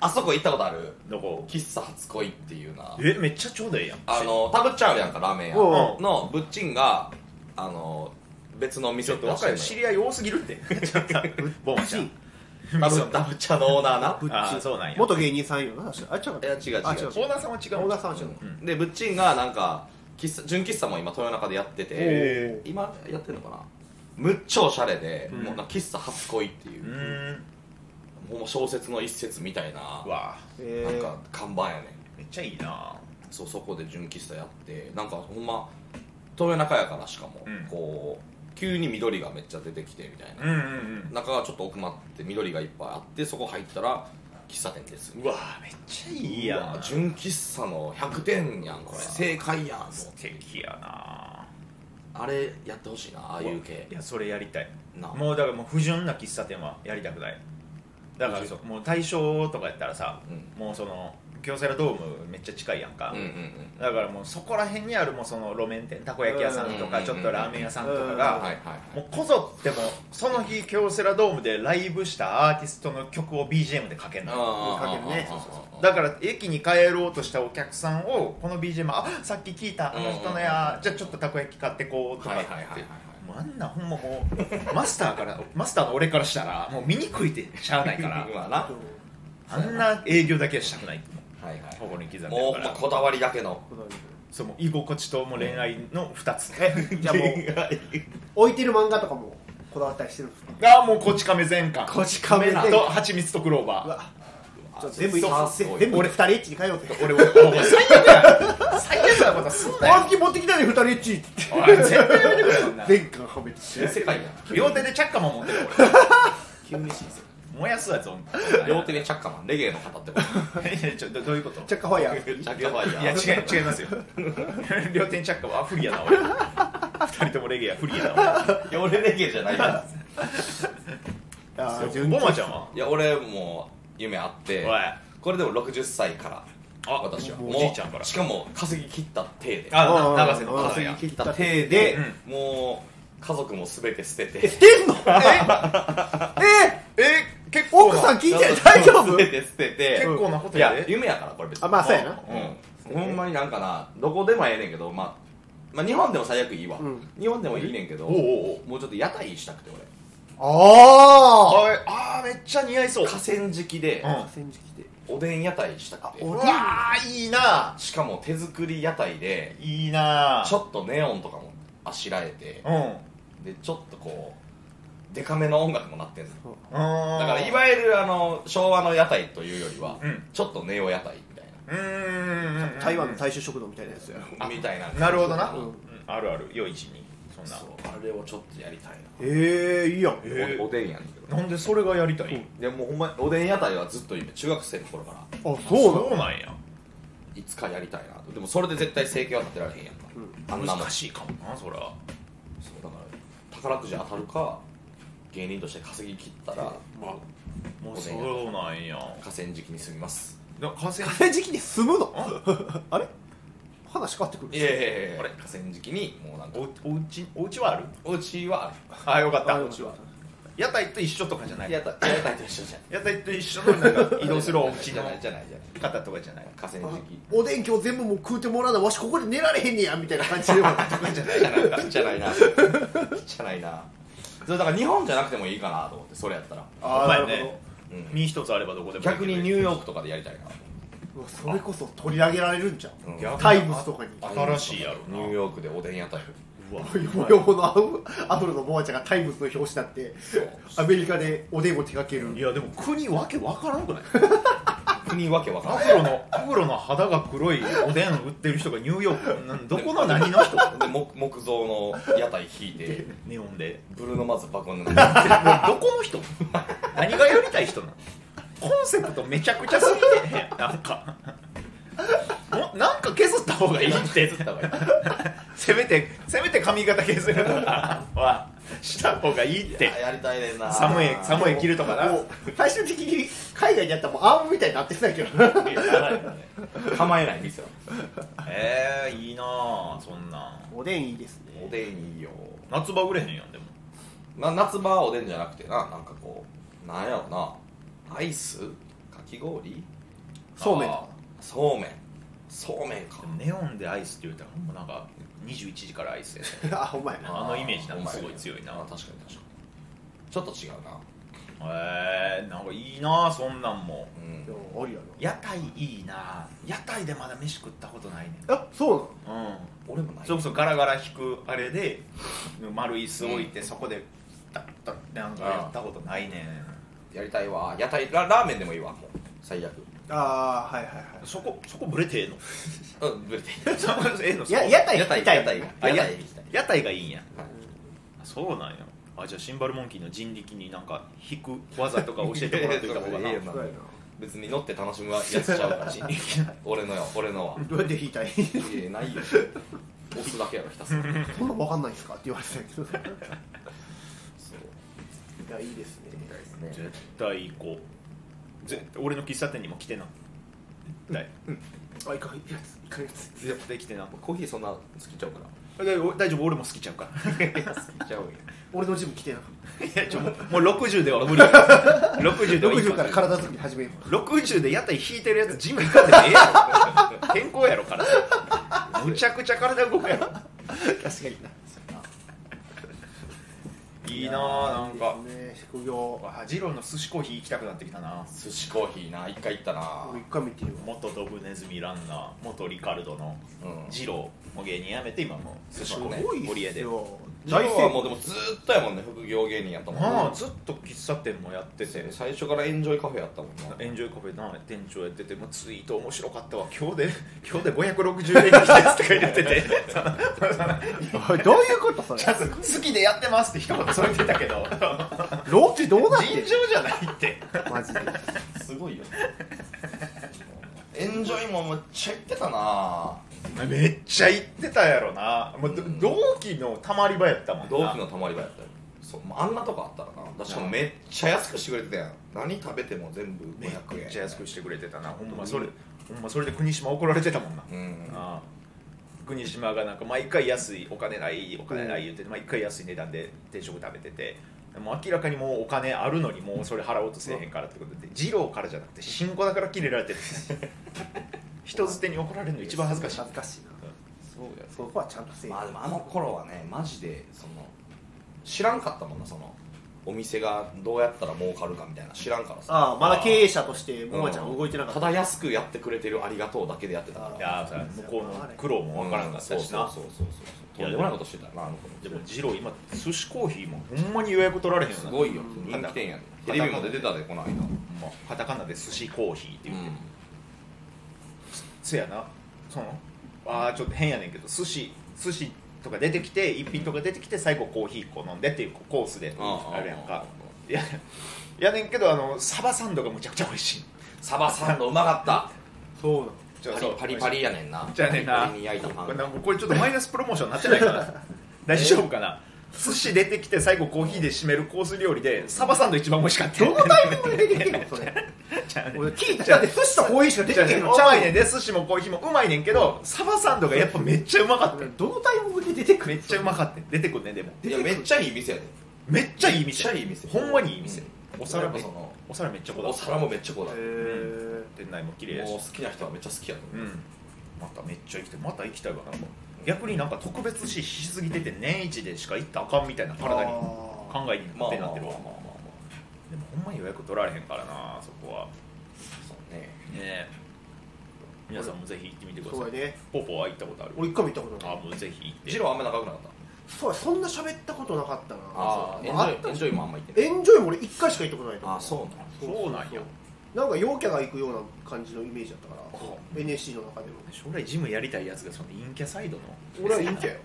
Speaker 3: あそこ行ったことある
Speaker 1: どこ
Speaker 3: 喫茶初恋っていうな
Speaker 1: えめっちゃちょうどええやん
Speaker 3: あのタブっちゃんあるやんかラーメン屋
Speaker 2: お
Speaker 1: う
Speaker 3: のぶっちんがあの別の
Speaker 1: ち
Speaker 3: 店
Speaker 1: ょっと若い知り合い多すぎるって
Speaker 3: [laughs]
Speaker 1: ちょっとボンちゃん
Speaker 3: タブタブっちゃんのオーナーな
Speaker 2: ぶっち
Speaker 1: あそうなんや
Speaker 2: 元芸人さんよな確かあ違うか
Speaker 3: いや違う違う
Speaker 2: あ違う
Speaker 1: オーナーさんは違う
Speaker 2: 小田さんは違う
Speaker 3: うんでぶっちんがなんか喫茶純喫茶も今豊中でやってて
Speaker 1: へ
Speaker 3: 今やってんのかなむっちゃおしゃれで、もうな喫茶初恋っていうう、
Speaker 1: ーん
Speaker 3: ほんま小説の一節みたいな
Speaker 1: うわ
Speaker 2: え
Speaker 3: なん
Speaker 2: ー
Speaker 3: か看板やねん
Speaker 1: めっちゃいいな
Speaker 3: そうそこで純喫茶やってなんかほんま豊中やからしかも、
Speaker 1: うん
Speaker 3: こう急に緑がめっちゃ出てきてみたいな、
Speaker 1: うんうん
Speaker 3: 中がちょっと奥まって緑がいっぱいあってそこ入ったら喫茶店です
Speaker 1: うんうわめっちゃいいや
Speaker 3: うわ
Speaker 1: ん
Speaker 3: 純喫茶の100点やんこれ正解やん
Speaker 1: 素敵やな
Speaker 3: あれやってほしいなああいう系
Speaker 1: いやそれやりたい
Speaker 3: な
Speaker 1: もうだからもう不純な喫茶店はやりたくないだからそうもう大正とかやったらさ、
Speaker 3: う
Speaker 1: もうその京セラドームめっちゃ近いやんか、
Speaker 3: うんうん
Speaker 1: だからもうそこら辺にあるもうその路面店たこ焼き屋さんとか
Speaker 3: うん
Speaker 1: ちょっとラーメン屋さんとか
Speaker 3: うんは
Speaker 1: が
Speaker 3: いはい
Speaker 1: も
Speaker 3: はいう
Speaker 1: こぞってもその日京セラドームでライブしたアーティストの曲を BGM でかけるの
Speaker 3: あー
Speaker 2: かけるね
Speaker 3: あーあーあー
Speaker 1: だから駅に帰ろうとしたお客さんをこの BGM あさっき聞いたあの人のやじゃあちょっとたこ焼き買ってこうとか
Speaker 3: は
Speaker 1: っ
Speaker 3: い
Speaker 1: て
Speaker 3: はいはいはいはい
Speaker 1: もうあんなほんまもうマスターから [laughs] マスターの俺からしたらもう見にくいてしゃあない
Speaker 3: [laughs]
Speaker 1: から
Speaker 3: 今な
Speaker 2: そう
Speaker 1: あんな営業だけはしたくない
Speaker 3: はいはい
Speaker 1: ここに刻んでる
Speaker 3: もう
Speaker 1: か
Speaker 3: ほんま
Speaker 1: ら
Speaker 3: こだわりだけの
Speaker 2: こだわり
Speaker 1: そうもう居心地ともう恋愛の2つ
Speaker 3: [laughs]
Speaker 2: えじゃあもう
Speaker 1: [laughs]
Speaker 2: 置いてる漫画とかもこだわったりしてるんですか
Speaker 1: ああもうこち亀全巻
Speaker 2: こち亀全巻
Speaker 1: と蜂蜜とクローバ
Speaker 2: ちょっと全部いい
Speaker 3: そうそう
Speaker 2: 全部俺二人エッチに変えようぜ
Speaker 1: ー俺もうもう最悪や最悪なことすんな
Speaker 2: あ
Speaker 1: よ
Speaker 2: んき持ってきたね二人エッチって
Speaker 1: おい絶対やめてくれよそんな
Speaker 2: 全巻はめて
Speaker 3: 全世界や
Speaker 1: 両手でチャッカマン持ってるよ
Speaker 2: 急にしいですよ
Speaker 1: 俺燃やすわぞ
Speaker 3: 両手でチャッカマンレゲエの方ってこと
Speaker 1: いやちょどどういうこと
Speaker 2: チャッカホイヤー
Speaker 3: チャッカファイ
Speaker 1: い
Speaker 3: ヤ
Speaker 1: や
Speaker 3: ー
Speaker 1: 違い違いますよ両手にチャッカはあ不利やな俺2人ともレゲエや不利やな
Speaker 3: や俺レゲエじゃないから
Speaker 2: あー
Speaker 1: 俺
Speaker 2: 純
Speaker 1: ボマちゃんはい
Speaker 3: や俺もう夢あって
Speaker 1: おい
Speaker 3: これでも60歳から
Speaker 1: あ
Speaker 3: 私は
Speaker 1: もう
Speaker 3: もう
Speaker 1: おじいちゃんから
Speaker 3: しかも稼ぎ切った体で
Speaker 1: あ
Speaker 2: あ
Speaker 1: な永瀬の母さん
Speaker 3: 稼ぎ
Speaker 1: や
Speaker 3: 切った体で
Speaker 1: う
Speaker 3: もう家族も全て捨てて
Speaker 2: 捨てんのえ
Speaker 1: え結構
Speaker 2: 奥
Speaker 1: な
Speaker 2: さん聞いてる大丈夫
Speaker 3: 全て捨てて
Speaker 1: 結構なこと
Speaker 3: い
Speaker 1: や
Speaker 3: や
Speaker 1: で
Speaker 3: 夢やからこれ別に
Speaker 2: あまあそうやな
Speaker 3: うん、ほんまになんかなどこでもええねんけど、まあ、まあ日本でも最悪いいわ、
Speaker 2: うん
Speaker 3: 日本でもいいねんけど
Speaker 1: おうおう
Speaker 3: もうちょっと屋台したくて俺
Speaker 1: お
Speaker 2: あ
Speaker 1: うああーめっちゃ似合いそう
Speaker 3: 河川敷で
Speaker 1: う
Speaker 2: あ戦時来て
Speaker 3: おでん屋台したくて
Speaker 2: お
Speaker 1: んうわーいいな
Speaker 3: しかも手作り屋台で
Speaker 1: いいな
Speaker 3: ちょっとネオンとかもあしらえて
Speaker 1: うんうん
Speaker 3: でちょっとこうデカめの音楽も鳴ってんの
Speaker 1: だか
Speaker 3: だからいわゆるあの昭和の屋台というよりは、
Speaker 1: うん
Speaker 3: ちょっとネオ屋台みたいう
Speaker 1: ーん
Speaker 2: 台湾の大衆食堂みたいなやつや
Speaker 3: なみたいな
Speaker 1: なるほどな、
Speaker 3: う
Speaker 1: うんんあるあるよいちにそんんな
Speaker 3: そうあれをちょっとやりたい
Speaker 2: ええいいやん
Speaker 3: な、おおでんやねんけど
Speaker 1: なんでそれがやりたいん
Speaker 3: でもうほんまにおでん屋台はずっと今中学生の頃から
Speaker 2: あそう
Speaker 1: そうなんや
Speaker 3: いつかやりたいなとでもそれで絶対生計は立てられへんやんか、あんなもん
Speaker 1: 難しいかもなそら
Speaker 3: そうだから宝くじ当たるか芸人として稼ぎ切ったら
Speaker 4: まあ
Speaker 1: もう
Speaker 3: う
Speaker 1: そ
Speaker 3: そう
Speaker 1: なんや
Speaker 3: 河川敷に住みます
Speaker 1: でも河川
Speaker 2: 河川敷に住むのあれ話変わってくる
Speaker 3: いやいやいやいや
Speaker 1: あれ
Speaker 3: 河川敷にもうなんか
Speaker 1: おおうちおうちはある
Speaker 3: お家は
Speaker 1: あよかった
Speaker 2: あよ
Speaker 3: うちは
Speaker 1: 屋台と一緒とかじゃな
Speaker 3: ある
Speaker 1: い
Speaker 3: 屋台屋台と一緒じゃん
Speaker 1: 屋台と一緒のなんか移動するお家
Speaker 3: じゃ
Speaker 1: の
Speaker 3: [laughs] ないじゃないじゃない
Speaker 1: 方とかじゃない
Speaker 3: 河川敷
Speaker 4: おでん今日全部もう食うてもらわないわしここで寝られへんねやみたいな感じでは
Speaker 3: じゃないなじゃないなじゃないなそれだから日本じゃなくてもいいかなと思ってそれやったら、
Speaker 1: ほんまや
Speaker 4: なる
Speaker 1: ね
Speaker 3: うん
Speaker 1: 身一つあればどこでも
Speaker 3: 逆にニ
Speaker 1: ュ
Speaker 3: ューヨークとかでやりたいな
Speaker 4: ほどうわそれこそ取り上げられるんじゃん
Speaker 3: うん
Speaker 4: タイムズとかに
Speaker 1: 新しいやろな
Speaker 3: ニューヨークでおでん屋台
Speaker 1: うわ
Speaker 4: 模様のアフアフロのモアちゃんがタイムズの表紙になってアメリカでおでんを手掛け
Speaker 1: い
Speaker 4: る
Speaker 1: やでも国わけわからんくない
Speaker 3: 国わけわから
Speaker 1: ア
Speaker 3: ん
Speaker 1: フロのアフロの肌が黒いおでん売ってる人がニューヨークなんどこの何の人
Speaker 3: で木木造の屋台引いて
Speaker 1: 日本で
Speaker 3: ブルーノマーズ爆音の中で
Speaker 1: どこの人何がやりたい人なのコンセプトめちゃくちゃすぎてへんなんかもなんか削った方がいいって
Speaker 3: 削った方がいい
Speaker 1: せめてせめて髪型削るとかはした方がいいっ
Speaker 3: い
Speaker 1: て
Speaker 3: [laughs] ややりたいねんな
Speaker 1: 寒い寒い着るとかな
Speaker 4: もう最終的に海外にあったらもうアームみたいになってきたけど
Speaker 1: [laughs]
Speaker 4: な
Speaker 3: 構えない店は
Speaker 1: えー、いいなあそんなん
Speaker 2: おでんいいですね
Speaker 3: おでんいいよ
Speaker 1: 夏場売れへんやんでも
Speaker 3: な夏場はおでんじゃなくてななんかこうなんやろなアイスかき氷
Speaker 2: そうめん
Speaker 1: あー
Speaker 3: そうめんそうめんか
Speaker 1: でもネオンでアイスって言うたらほんまなんか21時からアイスや
Speaker 4: [laughs]
Speaker 1: ね
Speaker 4: あほんまやな
Speaker 1: あのイメージなんか
Speaker 3: お前
Speaker 1: すごい強いな
Speaker 3: あ確かに確かにちょっと違うな
Speaker 1: へえー、なんかいいなあそんなんも
Speaker 3: うん
Speaker 4: でもあるや
Speaker 1: 屋台いいなあ屋台でまだ飯食ったことないねん
Speaker 2: あそうなの
Speaker 1: うん
Speaker 3: 俺もない
Speaker 1: それこそガラガラ引くあれで丸い椅子置いてそこでタッタッってなんかやったことないねん
Speaker 3: やりたいわ屋台ララーメンでもいいわもう最悪
Speaker 4: なああはいはいはい
Speaker 1: そこそこブレてえの
Speaker 3: うんぶれて
Speaker 1: そこええの
Speaker 4: や
Speaker 1: そこ
Speaker 4: 屋台
Speaker 3: 屋台
Speaker 4: 屋台
Speaker 3: 屋台
Speaker 1: あ
Speaker 3: 屋
Speaker 1: や
Speaker 3: 台行きたい
Speaker 1: 屋台がいいんや
Speaker 3: はい
Speaker 1: あそうなんやあじゃあシンバルモンキーの人力になんか引く技とか教えてもらっ [laughs] といた方がな
Speaker 3: ええやん
Speaker 4: そうやな
Speaker 3: 別に乗って楽しむやつちゃう [laughs] からし俺のよ俺のは
Speaker 4: どうやって弾いたらいい
Speaker 3: いやないよ押すだけやろひ [laughs] たすら
Speaker 4: そんなんわかんないですかって言われてたけど
Speaker 3: そう
Speaker 4: いやいいですね
Speaker 1: 絶対行こうぜ俺の喫茶店にも来てな絶対
Speaker 4: あいかがいいやついかがいいやつ
Speaker 1: 絶対来てな
Speaker 3: コーヒーそんな好きちゃうから
Speaker 1: でお大丈夫俺も好きちゃうから
Speaker 3: 好きちゃうよ
Speaker 4: 俺のジム来てなかっ
Speaker 1: いやちょもうもう60では無理60
Speaker 4: た
Speaker 1: では
Speaker 4: 60から
Speaker 1: ら
Speaker 4: 体作り始めよう
Speaker 1: 60で屋台引いてるやつジム行かんでもええやろ健康やろからむちゃくちゃ体動くやろ
Speaker 4: 確かにない
Speaker 1: いいなあなんか
Speaker 4: いいですね職業
Speaker 1: あジローの寿司コーヒー行きたくなってきたな
Speaker 3: 寿司コーヒーな一回行ったな
Speaker 4: もう一回見てよ
Speaker 1: 元ドブネズミランナー元リカルドの
Speaker 3: うん
Speaker 1: ジローもう芸人辞めて今もう寿司コーヒー
Speaker 3: す
Speaker 4: 多い
Speaker 1: 堀江
Speaker 4: っす
Speaker 1: で
Speaker 4: よ
Speaker 3: 大
Speaker 4: 大
Speaker 3: 成
Speaker 4: 成
Speaker 3: は
Speaker 4: 功
Speaker 3: もうでもずーっとやもんね副業芸人やったもん
Speaker 1: まあ
Speaker 3: な
Speaker 1: ずっと喫茶店もやってて
Speaker 3: 最初からエンジョイカフェやったもんな
Speaker 1: エンジョイカフェな店長やってて、もうツイート面白かったわ今日で [laughs] 今日で560円来たやつとか言っててその
Speaker 4: おいどういうことそ
Speaker 1: ちゃ
Speaker 4: れ
Speaker 1: んと好きでやってますって一言添えてたけど
Speaker 4: ロッチどうなって
Speaker 1: 尋常
Speaker 4: ん
Speaker 1: じゃないって
Speaker 4: のマジです
Speaker 3: ごいよエンジョイもめっちゃ行ってたな
Speaker 1: めっちゃ行ってたやろなもうど
Speaker 3: うん
Speaker 1: 同期のたまり場やったもんな
Speaker 3: 同期のたまり場やったよそうまああんなとこあったらなしかもめっちゃ安くしてくれてたやん何食べても全部
Speaker 1: め
Speaker 3: 500円
Speaker 1: っちゃ安くしてくれてたなほんまそれほんまそれで国島怒られてたもんな、
Speaker 3: うん
Speaker 1: ああ国島がなんか毎回安いお金ないお金ない言って毎回安い値段で定食食べててでも明らかにもうお金あるのにもうそれ払おうとせえへんからってことで二郎からじゃなくて新子だからキレられて
Speaker 3: [laughs]
Speaker 1: る人捨てに怒られるの一番恥ずかしい
Speaker 4: 恥ずかしいな
Speaker 3: そうや
Speaker 4: そこはちゃんとせえ
Speaker 3: まあでもあの頃はねマジでその知らんかったもんなそのお店がどうやったら儲かるかみたいな知らんからさ
Speaker 4: ああまだ経営者としてももちゃん動いてなかった
Speaker 3: ただ安くやってくれてるありがとうだけでやってたから
Speaker 1: いやさ向こうの苦労もわからんかったしな、
Speaker 3: そうそうそうそう
Speaker 1: い
Speaker 3: と
Speaker 1: や
Speaker 3: ん
Speaker 1: でも
Speaker 3: でもないことしてたよなあの頃
Speaker 1: でも二郎今寿司コーヒーもほんまに予約取られへんよ
Speaker 3: す
Speaker 1: な
Speaker 3: ごいよ
Speaker 1: ん
Speaker 3: 人気店やでテレビも出てたでこの
Speaker 1: ほ
Speaker 3: 間
Speaker 1: んまカタカナで寿司コーヒーって言って、せやなそのああちょっと変やねんけど寿司寿司とか出てきて一品とか出てきて最後コーヒーこう飲んでっていうコースで
Speaker 3: ああ
Speaker 1: あるやんかいやいやねんけどあのサバサンドがむちゃくちゃ美味しい
Speaker 3: サバサンドうまか
Speaker 2: そうなの
Speaker 1: ち
Speaker 3: っ
Speaker 1: ょ
Speaker 3: た
Speaker 1: そう
Speaker 3: パリパリパリやねんな
Speaker 1: じゃあねんな
Speaker 3: パリパリに焼いたパ
Speaker 1: これ
Speaker 3: ン
Speaker 1: なんかこれちょっとマイナスプロモーションになってないかな大丈夫かな寿司出てきて最後コーヒーで締めるコース料理でサバサンド一番美味しかった
Speaker 2: どのタイミングで出てきてんのそれ
Speaker 1: じゃあね
Speaker 2: 俺聞いただって寿司とコーヒーしか出
Speaker 1: じゃあ
Speaker 2: てきて
Speaker 1: ね
Speaker 2: ん
Speaker 1: う
Speaker 2: のちゃ
Speaker 1: ま
Speaker 2: う
Speaker 1: いねんで寿司もコーヒーもうまいねんけどサバサンドがやっぱめっちゃうまかったよ
Speaker 2: どのタイミングで出てく
Speaker 1: め
Speaker 2: る
Speaker 1: っちゃうまかったよ出てくるねでも
Speaker 3: いやめっちゃいい店やで
Speaker 1: めっちゃいい
Speaker 3: めっち
Speaker 1: 店
Speaker 3: ゃいい店
Speaker 1: ほんまにいい店
Speaker 3: うん
Speaker 1: お皿
Speaker 3: やっ
Speaker 1: め
Speaker 3: ぱその
Speaker 1: お皿めっちゃこだわ
Speaker 3: お
Speaker 1: って
Speaker 3: 皿もめっちゃこうだ
Speaker 2: へ
Speaker 3: も
Speaker 2: ー
Speaker 1: 店内も綺麗やし
Speaker 3: う好きな人はめっちゃ好きやと
Speaker 1: う
Speaker 3: 思うん
Speaker 1: まためっちゃ行きたいまた行きたいわなんか逆になんか特別視しすぎてて年一でしか行ったらあかんみたいな体に
Speaker 2: あー
Speaker 1: 考えに
Speaker 3: ま
Speaker 1: なって
Speaker 3: あまあま
Speaker 1: な
Speaker 3: あ
Speaker 1: っ
Speaker 3: ま
Speaker 1: てる
Speaker 3: あま
Speaker 1: わ
Speaker 3: あまあ
Speaker 1: でもほんまに予約取られへんからなそこは
Speaker 3: そうね
Speaker 1: ねえ皆さんもぜひ行ってみてくだ
Speaker 2: そ
Speaker 1: さ
Speaker 2: う
Speaker 1: い
Speaker 2: やね
Speaker 1: ポポは行ったことある
Speaker 2: 俺一回も行ったことな
Speaker 1: あ
Speaker 2: い
Speaker 1: もうぜひ行って
Speaker 3: ジローあんま仲良くなかった
Speaker 2: そうやそんな喋ったことなかったな
Speaker 3: あ
Speaker 2: そう
Speaker 3: エンジ
Speaker 2: あっ
Speaker 3: ョイエンジョイもあんま行って
Speaker 2: た
Speaker 3: ない
Speaker 2: エンジョイも俺一回しか行ったことないと
Speaker 3: う
Speaker 2: 思う
Speaker 3: な
Speaker 1: そうなんや
Speaker 2: なんか陽キャが行くような感じのイメージだったから
Speaker 1: あ
Speaker 2: NSC の中でも
Speaker 1: 将来ジムやりたいやつがその陰キャサイドの
Speaker 2: 俺は陰キャよ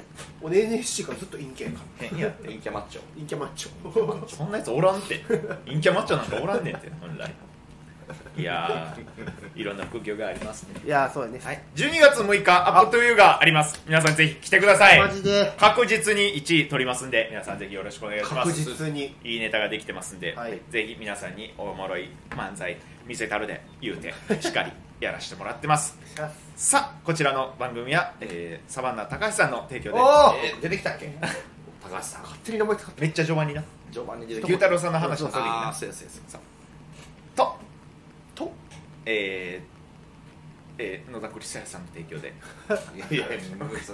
Speaker 2: 俺 NSC からずっと陰キャやから
Speaker 1: 変やって
Speaker 3: 陰キャマッチョ
Speaker 2: 陰キャマッチョ
Speaker 1: そんなやつおらんって陰キャマッチョなんかおらんねんって本来いやーいろんな副業がありますね
Speaker 5: いやーそうやね
Speaker 1: はい、12月6日、アップトゥーユーがあります。皆さんぜひ来てください。
Speaker 2: マジで
Speaker 1: 確実に1位取りますんで、皆さんぜひよろしくお願いしま
Speaker 2: 確
Speaker 1: す。
Speaker 2: 実に
Speaker 1: いいネタができてますんで、
Speaker 2: はい
Speaker 1: ぜひ皆さんにおもろい漫才見せたるで言うて、しっかり [laughs] やらせてもらってます。さあ、こちらの番組は、えーサバンナ高橋さんの提供で、
Speaker 2: あ
Speaker 3: えー出てきたっけ高橋さん
Speaker 2: 勝手に名前使って
Speaker 1: [laughs] めっちゃ序盤にな、
Speaker 3: 序盤に出て
Speaker 1: 牛
Speaker 3: き
Speaker 1: 太
Speaker 3: た
Speaker 1: 郎さんの話もそれでいい
Speaker 3: あ
Speaker 1: な
Speaker 3: あ。そうやそうやそうや
Speaker 1: さと、と、えーえー野田クリスタルさんの提供で、
Speaker 3: い
Speaker 1: [laughs]
Speaker 3: やいや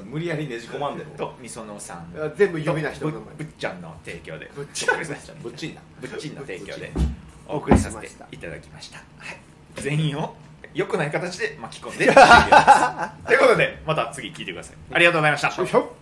Speaker 3: 無理やりねじ込まんでる
Speaker 1: と、みそのさんの
Speaker 2: あ全部呼びな人の名前
Speaker 1: ぶっちゃんの提供で
Speaker 2: ぶっ
Speaker 1: ちゃん
Speaker 3: ぶっちんな
Speaker 1: ぶっちんの提供でお送りさせていただきました、はい、全員を良くない形で巻き込んで終了ですということでまた次聞いてくださいありがとうございました
Speaker 2: よいしょ